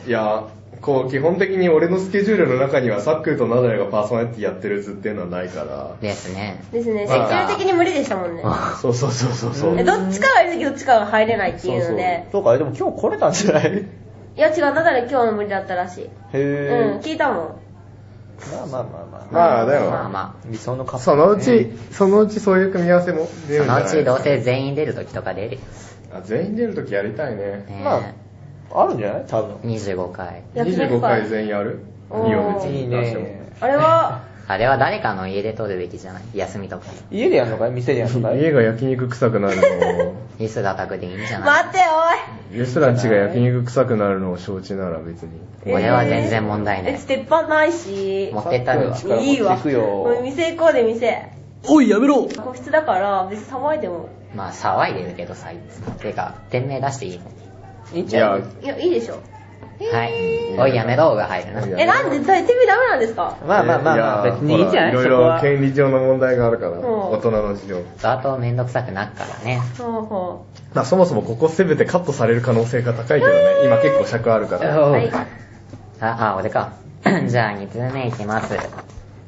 C: いや、こう、基本的に俺のスケジュールの中には、サックーとナダレがパーソナリティやってる図っていうのはないから。
B: ですね。
A: ですね
C: ま
A: 設
C: あ
A: 置的に無理でしたもんね
C: そうそうそうそうそうう。
A: え
D: ん
A: どっちかがいるけどどっちかが入れないっていうので
D: そうか、でも今日来れたんじゃないへ
A: いや違うなだれ今日の無理だったらしいうん
D: ぇ
A: 聞いたもん
D: まあまあまあまあ。
C: まあ、で
B: まあ
C: も、
B: ま
D: 理想のカップ
C: そ
D: ルね。
C: のうち、そのうちそういう組み合わせも
B: あ。
C: 出
B: そ
C: るん
B: の
C: じゃ
B: う
C: ない
B: ちどうせ全員出るときとか出るよ
C: あ全員出るときやりたいね。
D: ま
B: ね。
D: あ、あるんじゃない多分。
B: 25回。
C: 25回全員やるいい
A: おー
C: よ、別に。
D: いいね。
A: あれは
B: あれは誰かの家で撮るべきじゃない休みとか。
D: 家でやるのかい店でやるのかい
C: 家が焼肉臭くなるのを、
D: [LAUGHS]
B: リスだ宅でいいんじゃない
A: 待ってよ
C: レスランチが焼肉臭くなるのを [LAUGHS] 承知なら別に。
A: おい
B: 俺は全然問題
A: え
B: な
A: ー
B: い
A: え。鉄板ないし
B: 持ってったるわ
D: サッ。クの力
A: いい
D: 持
A: わ
D: ってくよ
A: もう店行こうで店
D: おい、やめろ
A: 個室だから別に騒いでも
B: まあ騒いでるけどさ、いつも。てか、店名出していいの
D: いいん
C: い
D: ちゃ
C: や
D: う、
A: いやいいでしょ
B: はい。おい、やめろが入る
C: い
B: な。
C: や
A: え、なんで、テレビダメなんですか
D: まあまあまあまあ、
C: いや
D: 別にいいんじゃない
C: ほらい
D: そこ
C: ろいろ
D: は。
C: 権利上の問題があるから、
A: うん
C: 大人の事情。
B: あとめんどくさくなっからね。
A: ほうほう。
C: まあそもそもここすべてカットされる可能性が高いけどね、今結構尺あるから。
A: はい。
B: あ、あ、俺か。 [COUGHS] じゃあ、2通目いきます。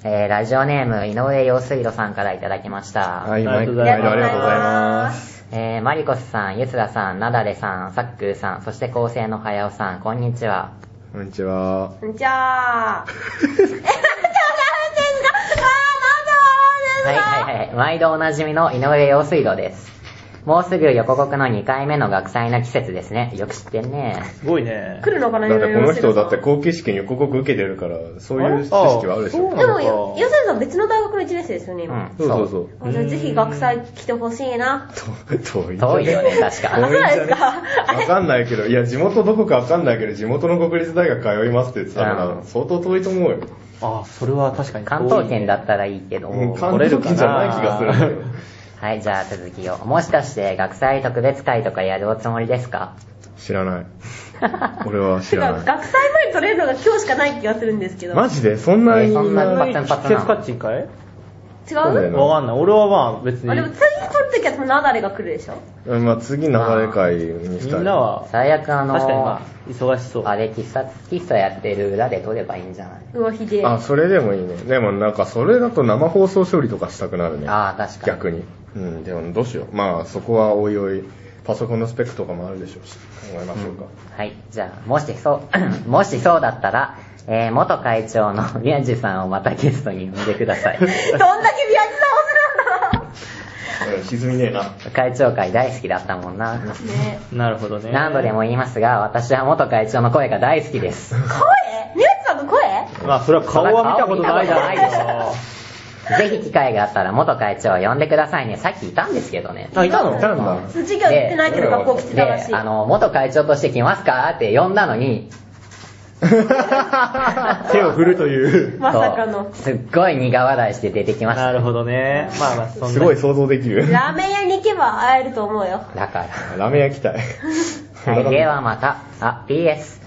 B: えー、ラジオネーム、井上陽水路さんからいただきました。
C: はい、
D: あ
C: 毎
D: りがとう
C: 度
D: ご
C: あり
D: ざいます
C: がとうございます。
B: えー、マリコスさん、ユスラさん、ナダレさん、サックーさん、そして構成のはやおさん、こんにちは。
C: こんにちは。
A: じゃあ。え、なんで笑うんですか
B: はい
A: あー、
B: はいはい。毎度おなじみの井上陽水路です。もうすぐ横国の2回目の学祭の季節ですね。よく知ってんね。
D: すごいね。
A: 来るのか
C: だ
A: な
C: ってこの人、だって
A: こ
C: 後期試験予告受けてるから、そういう知識はあるでしょ。
A: でも、
D: あそうなのか
A: ヨセさん別の大学の1年生ですよね、
B: う
A: 今。
B: ん。
C: そうそうそう。
A: あじゃあぜひ学祭来てほしいな。
C: 遠いんじゃ
B: 遠
C: ね
B: いよね、確
A: あ、
B: か。
A: そうなんですかあ
C: わ
A: れ
C: かんないけど、いや、地元どこかわかんないけど、地元の国立大学通いますって言ってたか
B: う
C: ら
B: ん、
C: 相当遠いと思うよ。
D: あ、それは確かに。
B: 関東圏だったらいいけど。
C: うん、
D: 取
C: 関
D: れ
C: 東
D: るかな
C: 圏じゃない気がするんだけど。
B: はい、じゃあ続きを。もしかして学祭特別会とかやるおつもりですか
C: [LAUGHS] 知ら [LAUGHS] ない。俺は知
A: て
C: ら
A: か、
C: ない。
A: 学祭前に取れるのが今日しかない気がするんですけど。
C: マジでそんな
B: え
C: に
B: そんな
D: そん
B: に
D: なに季節カッチンかい
A: 違
C: そうだよ
A: う
C: ね
D: わかんない。俺はまあ別に
A: あ、、でも次撮るときはなだれが来るでしょ
C: うんまあ次流れ会にし
D: み
C: たい。
D: んなは、
B: 最悪あの、
D: 確かにまあ、忙しそう。
B: あれ、喫茶、喫茶やってる裏で撮ればいいんじゃないう
A: わ、ひでえ。
C: あ、それでもいいね。でもなんかそれだと生放送処理とかしたくなるね。
B: ああ、確かに。
C: 逆に。うん、でもどうしよう。まあそこはおいおい、パソコンのスペックとかもあるでしょうし、考えましょうか。
B: はい。じゃあ、もしそう、 [COUGHS] もしそうだったら、えー、元会長の宮地さんをまたゲストに呼んでください。
A: どんだけ宮地さんをす
C: うん沈みねえな。
B: 会長会大好きだったもんな。
A: るんだなね
D: なるほどね。
B: 何度でも言いますが、私は元会長の声が大好きです。
D: [LAUGHS]
A: え。声宮地さんの声
D: まあ、それは顔は見たことないじゃない
B: それは顔は見たことない
D: よ。
B: ぜひ機会があったら元会長を呼んでくださいね。さっきいたんですけどね。
D: あ、いたの
C: いたんだ。
A: 授業行ってないけど学校来て
B: で、
A: たらしい。
B: あの、元会長として来ますかって呼んだのに、
D: 手を振るという。
A: まさかの
B: そう。すっごい苦笑いして出てきまし
D: な
B: た。
D: るほどね。まあまあ、そんな。
C: すごい想像できる。
A: ラーメン屋に行けば会えると思うよ。
B: だから。
C: ラーメン焼きたい。
B: はい、ではまた。あ、PS。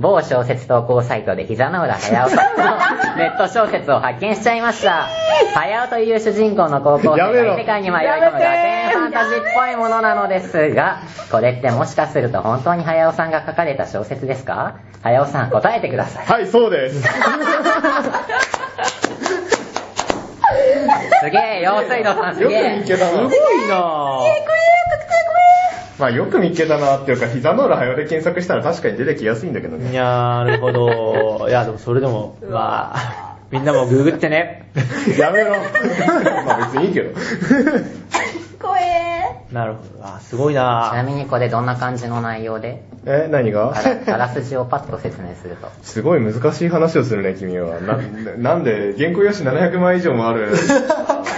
B: 某小説投稿サイトで膝の裏早尾さん
C: [LAUGHS]
B: のネット小説を発見しちゃいました。早尾という主人公の高校生
C: やめろ
B: が異世界に迷い込む学園ファンタジーっぽいものなのですが、これってもしかすると本当に早尾さんが書かれた小説ですか早尾さん答えてください。
C: はい、そうです。
B: すげえ、用水路さんす
C: よ
B: げ
C: く
B: え。
C: 見つけたな。
D: な
C: まあよく見つけたなっていうか、膝の裏早で検索したら確かに出てきやすいんだけどね。
D: なるほど。いや、でもそれでも、まあ、みんなもググってね。
C: や
A: [LAUGHS]
C: めろ。まあ別にいいけど。
A: 怖え
D: なるほど。あ、すごい
B: ちな
D: な
B: みにこれどんな感じの内容で
C: え、何が
B: あらあらすじをパッと説明すると。
C: すごい難しい話をするね、君は。な、なんで、原稿用紙700枚以上もあ
A: [LAUGHS]
C: る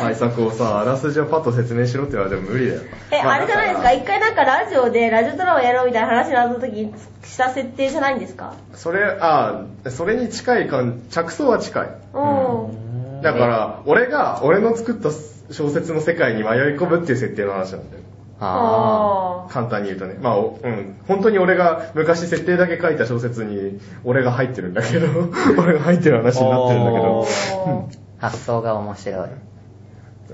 C: 対策をさ、あらすじをパッと説明しろって言われても無理だよ。
A: え、
C: ま
A: あれじゃないですか一回なんかラジオでラジオドラマやろうみたいな話になった時にした設定じゃないんですか
C: それ、ああ、それに近い感、着想は近い。
A: おー。
C: だから、俺が、俺の作った小説の世界に迷い込むっていう設定の話なんだよ。
B: あ
C: 簡単に言うとね。まあ、おうん。本当に俺が昔設定だけ書いた小説に、俺が入ってるんだけど、 [LAUGHS] 俺が入ってる話になってるんだけど
D: おー、
A: おー
B: ー発想が面白い。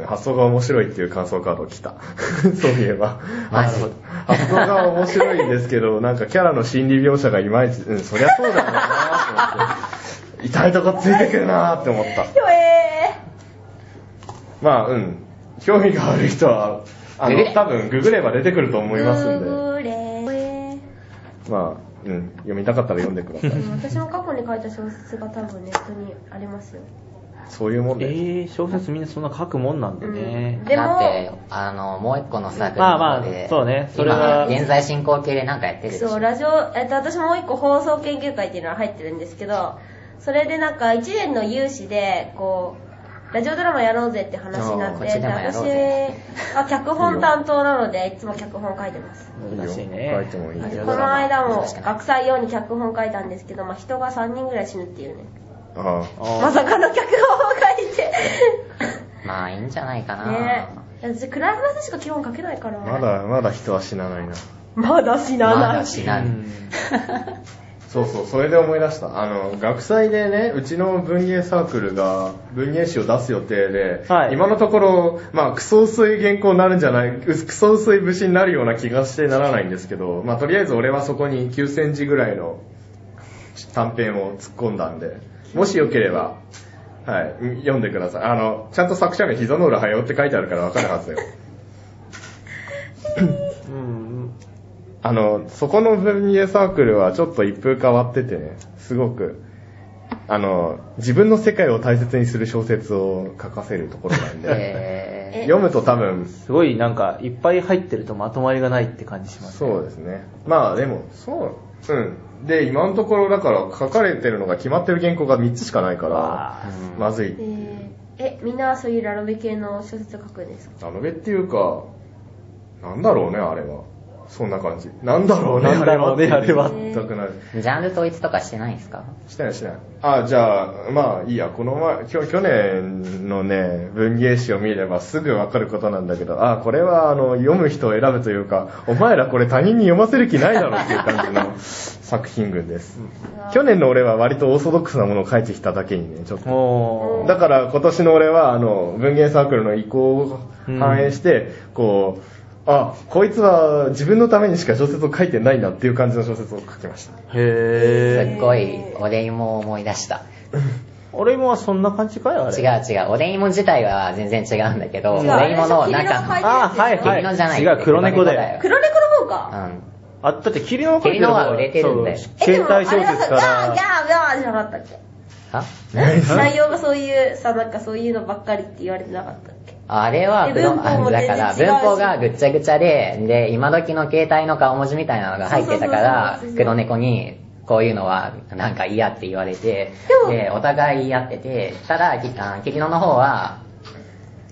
C: 発想が面白いっていう感想カード来た。 [LAUGHS] そういえば。
B: マジ
C: あの発想が面白いんですけど、なんかキャラの心理描写がいまいち、うん、そりゃそうだよなと思って。痛いとこついてくるなって思った。
A: 怖え
C: まあ、うん。興味がある人は、あ
B: ググれ
C: の、多分ググれば出てくると思いますんで。
A: グーレー怖え
C: まあ、うん。読みたかったら読んでくださ
A: う
C: い。
A: ん私の過去に書いた小説が多分ネットにありますよ。
C: そういうもん
D: え
C: で。
D: ー、小説みんなそんな書くもんなんだね。
A: で
B: だって
A: も、、
B: あの、もう一個のサークル
D: ま
B: の
D: あまあ
B: 方で、
D: そうねそれは
B: 今、現在進行形でなんかやってるでしょ。
A: そう、ラジオ、えっと、私もう一個放送研究会っていうのは入ってるんですけど、それでなんか一年の有志で、こう、ラジオドラマやろうぜって話になっ
B: あーこ
A: て、
B: っちで
A: で
B: もやろう
A: 私
B: ぜ
A: は脚本担当なので、いつも脚本書いてます。
D: 難しいね。
C: 書いてもいいよ
D: ラジ
A: こ
D: オドラ
A: の
D: マ
A: 間も
B: 確かに
A: 学祭用に脚本書いたんですけど、まあ、人が3人ぐらい死ぬっていうね。
C: ああ。
A: ま
D: あ
A: さかの脚本を書いて。
B: ま [LAUGHS] あいいんじゃないかな。
A: ねえ。私、暗い話しか基本書けないからな
C: ま。だ、まだ人は死なないな。
A: まだ死な
B: ま
A: な
B: だ
A: い。
B: し
D: ー
B: な
D: う
B: い。
D: ん
C: そうそう、それで思い出した。あの、学祭でね、うちの文芸サークルが文芸誌を出す予定で、
D: はい
C: 今のところ、まあ、クソ薄い原稿になるんじゃない、うクソ薄い武士になるような気がしてならないんですけど、まあ、とりあえず俺はそこに9センチぐらいの短編を突っ込んだんで、もしよければ、はい、ん読んでください。あの、ちゃんと作者名、膝の裏早うって書いてあるからわかるはずよ。
D: うん。
C: あの、そこの文芸サークルはちょっと一風変わっててね、すごく、あの、自分の世界を大切にする小説を書かせるところなんで、
B: [LAUGHS] え
C: 読むと多分、
D: すごいなんか、いっぱい入ってるとまとまりがないって感じします。
C: そうですね。まあでも、そう、うん。で、今のところだから書かれてるのが決まってる原稿が3つしかないから、
D: わ
B: ー
C: まず
A: え
C: い。
A: ーえ、みんなそういうラノベ系の小説を書くんですか
C: ラノベっていうか、なんだろうね、あれは。そんな感じ。なんだろうね、
D: なんだろうね
C: っ
D: あ
C: て
A: れは
C: 言いたくなる。
B: ジャンル統一とかしてないんですか
C: してないしてない。あ、じゃあ、まあいいや、この前、きょ去年のね、文芸誌を見ればすぐわかることなんだけど、あ、これはあの、読む人を選ぶというか、お前らこれ他人に読ませる気ないだろっていう感じの作品群です。去年の俺は割とオーソドックスなものを書いてきただけにね、ちょっと。
D: も
C: だから今年の俺はあの文芸サークルの意向を反映して、こうあこいつは自分のためにしか小説を書いてないんだっていう感じの小説を書きました
D: う、へ
B: す
D: ぇ
B: っごい、おでんも思い出した。
D: ー。俺もそんな感じかよ、あれ。
B: 違う違う、おでんも自体は全然違うんだけど、お
A: 違
B: で
A: うん
B: もの中の、
D: あー、はいはい。
B: キリノじゃない
D: 違う、黒猫だよ。
A: 黒猫の方か。
B: うん。
D: あ、だってキリノは書いて
B: キリノは売れてるんだよ
D: そう
A: えで
D: 携
A: もあ
D: 帯
A: れ
D: 小説か
A: はさギャ
D: ら。
A: ーギャーギャーじゃなかったっけ
B: あ
A: 内容がそういう、さ、なんかそういうのばっかりって言われてなかったっけ
B: あれは、
A: え
B: 黒
A: 文法も
B: あだから、
A: 全然違う
B: 文
A: し
B: 法がぐっちゃぐちゃで、で、今時の携帯の顔文字みたいなのが入ってたから
A: そうそうそうそうそう、
B: 黒猫に、こういうのは、なんか嫌って言われて
A: で、も
B: で、お互い言い合ってて、ただ、きあキリノの方は、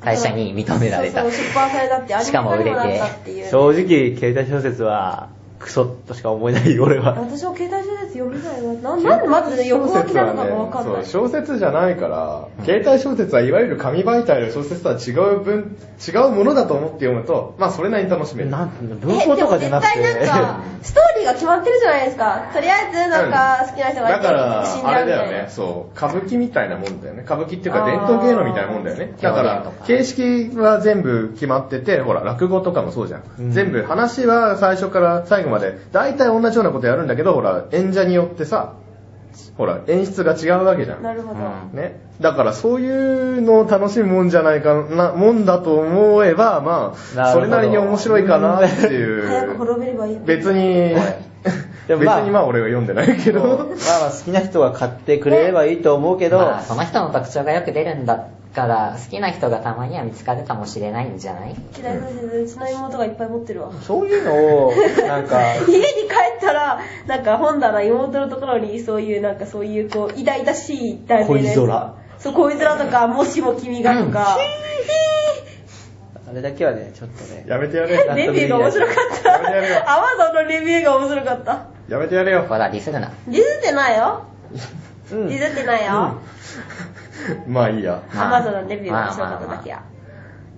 B: 会社に認められた
A: そう。そう、出版されたって、アニメ
B: しかも売れて
A: にもなったっていう。
D: 正直、携帯小説は、クソとしか思えないよ、俺は。
A: 私は携帯小説読めないわ。ななんでまずね、横書きなのかがわかんない。
C: 小説じゃないから、携帯小説はいわゆる紙媒体の小説とは違う分違うものだと思って読むとまあそれなりに楽しめる
D: なんていうの文法とかじゃなくて。
A: えでも絶対なんか、ストーリーが決まってるじゃないですか。とりあえず、なんか、好きな人がい
C: だ
A: て
C: から
A: 死んじ
C: あ
A: ゃうみ
C: れだ
A: たい
C: よね
A: な。
C: そう歌舞伎みたいなもんだよね歌舞伎っていうか伝統芸能みたいなもんだよね
B: あー
C: だか
B: 狂言
C: ら
B: とか
C: 形式は全部決まっててほら落語とかもそうじゃん、
D: うん
C: 全部話は最初から最後まで大体同じようなことやるんだけどほら演者によってさほら演出が違うわけじゃん
A: なるほど。
B: うん
C: ね、だからそういうのを楽しむもんじゃないかな、もんだと思えば、ま
D: なる
C: あ、そ
D: ほど
C: れなりに面白いかなって
A: [LAUGHS] 早
C: い
A: く
C: う。
A: 滅びればいい。
C: 別に、
D: で
C: 別
D: もまあ
C: にまあ俺は読んでないけ
D: まあ
C: ど。
D: [LAUGHS] まあ好きな人が買ってくれればいいと思うけど、
B: まあ、その人の特徴がよく出るんだから、好きな人がたまには見つかるかもしれないんじゃない
A: 嫌いな小説、うちの妹がいっぱい持ってるわ。 [LAUGHS]
D: そういうのを、なんか、
A: 家に帰ったら、なんか本棚、妹のところに、そういう、なんかそういう、こう、痛々しい題名のやつ
D: 恋空。
A: そう、恋空とか、もしも君がとか、
D: あれだけはね、ちょっとね、
C: [LAUGHS] やめてやれよ。
A: [LAUGHS] レビューが面白かった。
C: やめてやれよ
A: Amazon のレビューが面白かった。
C: やめてやれよ。
B: ほら、ディスるな。
A: ディズってないよ。
D: う
A: ディ
D: ん。
A: ズってないよ。
C: まあいいや。
B: まあ
A: Amazon のレビューが面白かっただけや。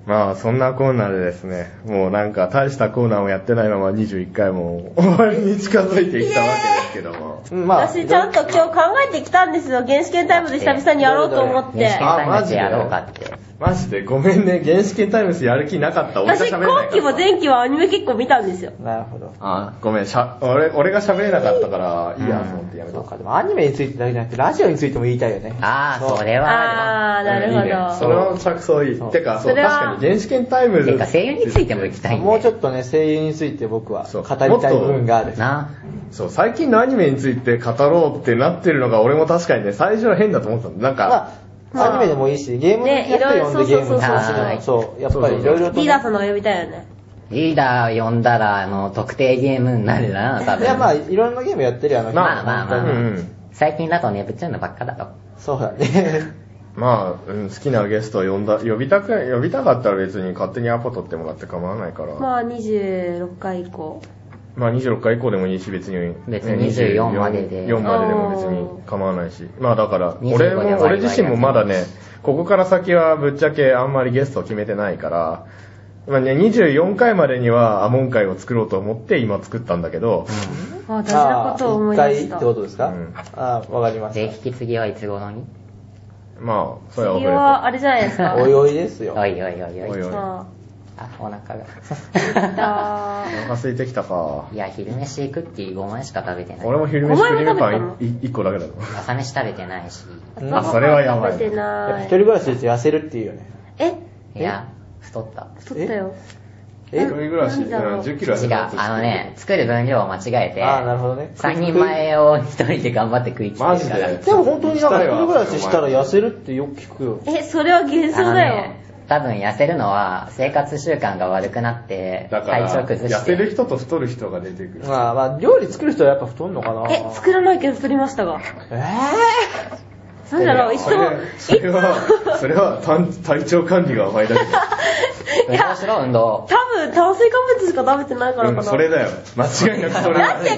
C: まあそんなコーナーでですね、もうなんか大したコーナーをやってないまま21回も終わりに近づいてきたわけですけども。
D: うん、まあ、
A: 私ちゃんと今日考えてきたんですよ。原始圏タイムで久々にやろうと思っ
B: 認識
A: て。
B: タイムズやろうかって。
C: マジでごめんね、原始圏タイムスやる気なかった。俺が
A: 私、
C: 喋れない
A: 今
C: から
A: 期も前期はアニメ結構見たんですよ。
D: なるほど。
C: あごめん、しゃ俺俺が喋れなかったから、いいや
B: うん
C: と思ってやめ
D: そう
C: た。
D: か、でもアニメについてだけじゃなくて、ラジオについても言いたいよね。
B: ああ、それはあ
A: あー、なる
C: いいね
A: ほ
C: そ
A: ど。
C: の着想い
D: そう
C: い。てか、そう、
A: それは
C: 確かに原始圏タイム
B: るわ。
C: ズ。
B: てか、声優についても行きたいん
D: もうちょ
B: っ
D: っとね、声優について僕は
C: そ
D: 語
C: う
D: りたい部分がある。
B: な。
C: そう、最近のアニメについて語ろうってなってるのが、俺も確かにね、最初は変だと思ってたの。なんか、
D: まあ、アニメでもいいし、ゲームのキャラクター読んでゲームの話で
B: ね
D: も、そう、やっぱりいろいろとね。
A: リーダーさんの方呼びたいよね。
B: リーダー呼んだら、あの、特定ゲームになるな、多
D: い
B: 分。
D: や、まあ、いろんなゲームやってるよ、あの人
B: まあまあまあ
C: う
B: まあ
C: ん。
B: 最近だとね、ぶっちゃんのばっかだろ。
D: そうだね。
C: まあ、うん、好きなゲストを呼んだ、呼びたく、呼びたかったら別に勝手にアポ取ってもらって構わないから、まあ、
A: まあ、26回以降。
C: 26回以降でもいいし、別に。
B: 別に24までで
C: 4まででも別に構わないし。まあだから、俺
B: 25で
C: も、
B: 割
C: 俺
B: り
C: 自身もまだね、ここから先はぶっちゃけあんまりゲストを決めてないから、まあね、24回までにはアモン会を作ろうと思って今作ったんだけど、
A: あ、大事なことを思い出し
D: あー一回ったて。ことですか、
C: うん
D: ああ、わかりま
B: で、
D: し
B: 引き継ぎはいつ頃に
C: まあ、それは分
A: 次
C: か
A: は、あれじゃないです
D: た。
A: か。
D: [LAUGHS] おいおいですよ。
B: おいおいおい
C: る
B: おい。
C: よ。おいお
A: さ
B: あ、お腹が。
A: あ
C: い。お腹空いてきたか。
B: [LAUGHS] いや、昼飯クッキー5枚しか食べてない。
C: 俺も昼飯
A: お前も
C: 昼飯パン
A: 食
C: 1個だけだろ。
B: 朝飯食べてないし。
D: うん
C: あ、それはやば
A: 食べ
C: い
A: て。
D: やっぱ
A: な
D: 一人
A: い。
D: 暮らしして痩せるっていうよね。
A: え
B: いや、太った。
A: 太ったよ。
D: え
C: 一人暮らし、うん10キロは
B: 違う、あのね、作る分量を間違えて、
D: ああ、なるほどね。
B: 3人前を1人で頑張って食い切ってるから。
C: マジで
D: でも本当になんか一人暮らししたら痩せるってよく聞くよ。
A: え、それは幻
B: あ
A: 想
B: の
A: だよ
B: ね。、多分痩せるのは生活習慣が悪くなって、
C: だから、
B: 体調崩して。
C: 痩せる人と太る人が出てくる。
D: まあまあ、料理作る人はやっぱ太んのかな
A: え、作らないけど太りましたが。
D: え
A: なんだろう、いつ
C: そ
A: も、
C: れそれは、それは単体調管理が甘いだけだ。
A: いや
B: 昔の運
A: 多
B: 動。
A: 分炭水化物しか食べてないからか
C: う
A: な。
C: ん、それだよ。間違いなくそれ
A: だって簡単に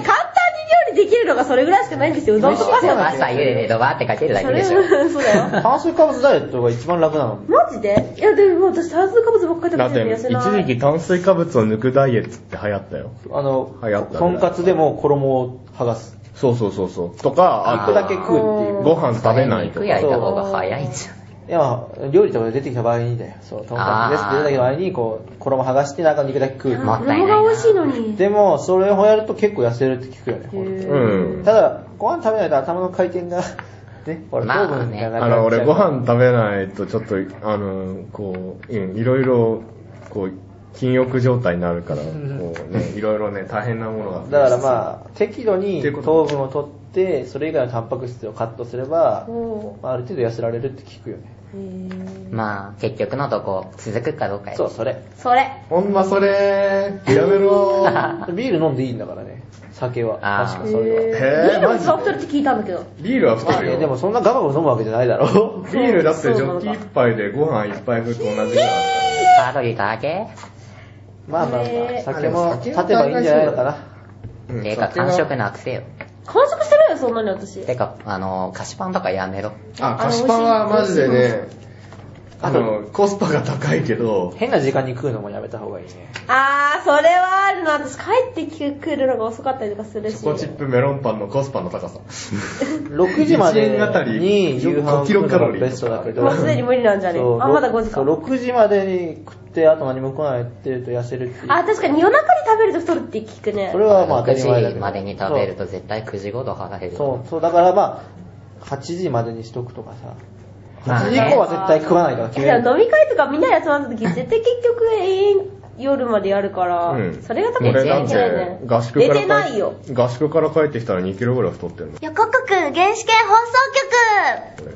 A: 料理できるのがそれぐらいしかないんですよ。うどんとパスタだ
B: 朝茹でてドバーってかけるだけでしょ。
A: それそうだよ。
D: 炭水化物ダイエットが一番楽なの。
A: マジでいやでも私炭水化物ばっかり
C: だ
A: 食
C: っ
A: べてる
C: て
A: 痩せない。
C: 一時期炭水化物を抜くダイエットって流行ったよ
D: あの
C: 流行っ、た
D: とんかつでも衣を剥がす。
C: そうそうそうそうとか
D: 一
C: あ
D: 個
C: と
D: だけ食うっていう。
C: ご飯食べないと
B: 肉
C: か
B: 焼いた方が早いじゃん。
D: いや、料理とかで出てきた場合にだよ。そう、とんかつですって出てきた場合に、こう、衣剥がして中の肉だけ食う。
B: もったいないな
A: が美味しいのに。
D: でも、それをやると結構痩せるって聞くよね。
A: へー
C: うん
D: ただ、ご飯食べないと頭の回転が、 [LAUGHS] ね、ほら、
B: まあ
D: 糖分がなくなっちゃう
C: あの俺ご飯食べないとちょっとあのこう、うん、いろいろこう禁欲状態になるからこ
D: ん
C: うねいろいろね大変なものが
D: だからまあ、適度に
C: っていうこ
D: 糖分を取って、それ以外のタンパク質をカットすれば、
A: お
D: まあある程度痩せられるって聞くよね。
A: ーへー
B: まあ、結局のとこ、続くかどうかよ。
D: そう、それ。
A: それ。
C: ほんまそれやめろー
D: ビール飲んでいいんだからね、酒は。
B: あー
D: 確か
A: へ
D: それは。
C: へー
A: ビールも
C: マ
A: 一
C: ジで
A: 番太るって聞いたんだけど。
C: ビールは太
D: まあ
C: る
D: ね、
C: よ
D: でもそんなガバガバ飲むわけじゃないだろ。
C: ビールだってジョッキ1杯でご飯1杯分と同じぐらいだった
B: カロリー高け
D: [LAUGHS] まあまあま
A: ね
D: あ、酒も立てばいいんじゃないのかな。
C: うん
B: てか、
C: 酒が
B: 完食なくせよ。
A: 完食してないよ、そんなに私。
B: てか、あの、菓子パンとかやめろ。
C: あ、菓子パンはマジでね、あ
D: あの
C: の、コスパが高いけど、
D: 変な時間に食うのもやめた方がいいね。
A: あー、それはあるな。私帰ってくるのが遅かったりとかする
C: チ
A: し。
C: ョコチップメロンパンのコスパの高さ。
D: 6時まで
C: 一円あたり
D: に夕飯を食うのがベストだけど。
A: もうすでに無理なんじゃねあ、まだ5時
D: そ
A: か
D: う。6時までに食って、あと何も来ないって言うと痩せるっていう。
A: あ、確かに夜中に食べると太るって聞くね
D: そ。れはまあ当た
B: 6
D: り前だけ
B: 時
D: ど。
B: までに食べると絶対9時ごと腹減る。
D: そう。そう、そう、だからまあ、8時までにしとくとかさ。
B: まあ
D: 8時以降は絶対食わないから決
A: い
D: め
A: や
D: る。
A: 飲み会とかみんなで集まった時絶対結局永遠夜までやるから、
C: うん
A: それが多分
B: 寝
C: 俺
B: て
C: なん
B: んじゃん
C: て
A: ね、
C: 合宿から
A: 寝てないよ
C: 帰っ合宿から帰ってきたら2キロぐらい太ってるの。
E: 横国原始圏放送局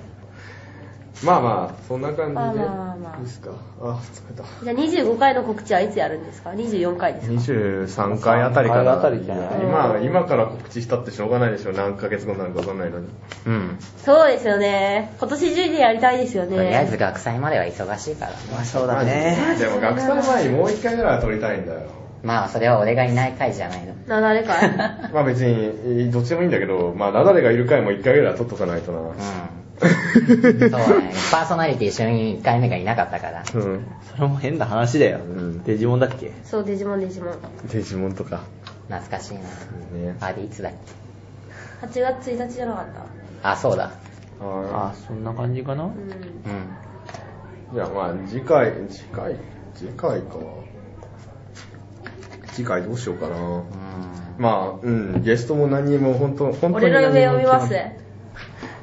C: まあまあ、そんな感
A: まあまあまあ
C: ですか。あ、疲れた。
A: じゃあ25回の告知はいつやるんですか24回ですか
C: 23回あたりか
D: 23回
C: な。
D: あたりじゃない
C: 今、今から告知したってしょうがないでしょ。何ヶ月後になるかわかんないのに。
B: うん。
A: そうですよね今年中にやりたいですよね
B: とりあえず学祭までは忙しいからね。
D: まあそうだね。
C: でも学生の前にもう1回ぐらいは撮りたいんだよ。
B: まあ、それは俺がいない回じゃないの。
A: な誰かい
C: [LAUGHS] まあ別に、どっちでもいいんだけど、まあナダレがいる回も1回ぐらいは撮っとかない [LAUGHS] とな。
B: うん。そうね。パーソナリティ一緒に1回目がいなかったから。
C: うん。
D: それも変な話だよ
C: ん。
D: デジモンだっけ
A: そうデジモンデジモン
C: デジモンとか。
B: 懐かしいな。
C: ね。
B: あれいつだっけ
A: 8月1日じゃなかった
B: あ、そうだ。
C: は
D: あ、そんな感じかな
A: うん
B: うん。
C: い。じゃあまあ次回、次回、次回か。次回どうしようかな。
B: うん。
C: まあ、うん、ゲストも何も本当、本当に
A: 俺の
C: 何も
A: 夢を見ます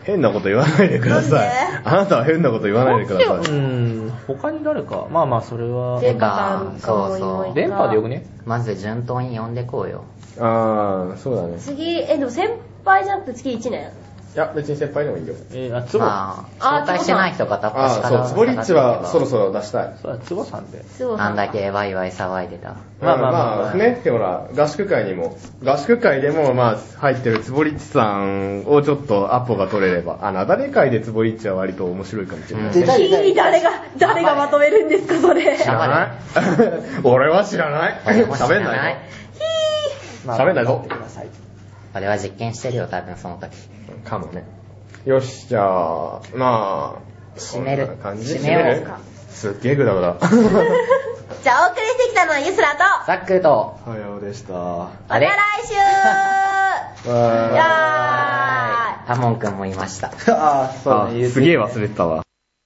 C: 変なこと言わないでください
A: なん。
C: あなたは変なこと言わないでくだ
D: う
C: さい。
D: ん、他に誰か。まあまあ、それは。
A: 電
B: で
A: 波さん
B: そうそう
D: 電波でよくね
B: まず順当に呼んでこうよ。
C: あー、そうだね。
A: 次えでも先輩じゃなくて月1年
C: いや、別に先輩でもいいよ。
D: えー、あ、つぼ。
B: まあ、
A: あ
B: 紹介してない人が片っ端
C: あ
B: か
C: ー、
B: ら。
C: そう、つぼりっちはそろそろ出したい。
D: そうだ、つぼさんで。
A: すごい
B: あんだけワイワイ騒いでた。
C: ま
D: ま
C: あ
D: あ
C: ま
D: ま
C: あ
D: あ
C: ま
D: ま
C: あ
D: あ、
C: ね、ほら、合宿会にも、合宿会でも、まあ、入ってるつぼりっちさんをちょっとアポが取れれば、あ、なだれ会でつぼりっちは割と面白いかもしれない。
D: 出たい出た
A: いい
D: い。
A: 誰が誰がまとめるんですかそれ
C: 知らない [LAUGHS] 俺は知ら
B: [LAUGHS]
C: ない。
B: 俺も知ら
C: 喋ん
B: な
C: ない
B: い
C: よ。。
D: まあ
C: 喋んないぞ
D: 頑張ってください
B: 俺は実験してるよ、多分その時。
C: かもね。よし、じゃあ、まあ、
B: 締める
C: こんな感じ
B: 締めよう
C: るすっげえグダグダ。
E: じゃあお送りしてきたのはゆすらと
B: ザックと、
C: 早尾でした。
B: あれ
E: また
C: わー
E: 来週やーい
B: ハモン君もいました。
D: [LAUGHS] あー、そうだ
C: あ
D: ね、言うて
C: すげえ忘れてたわ。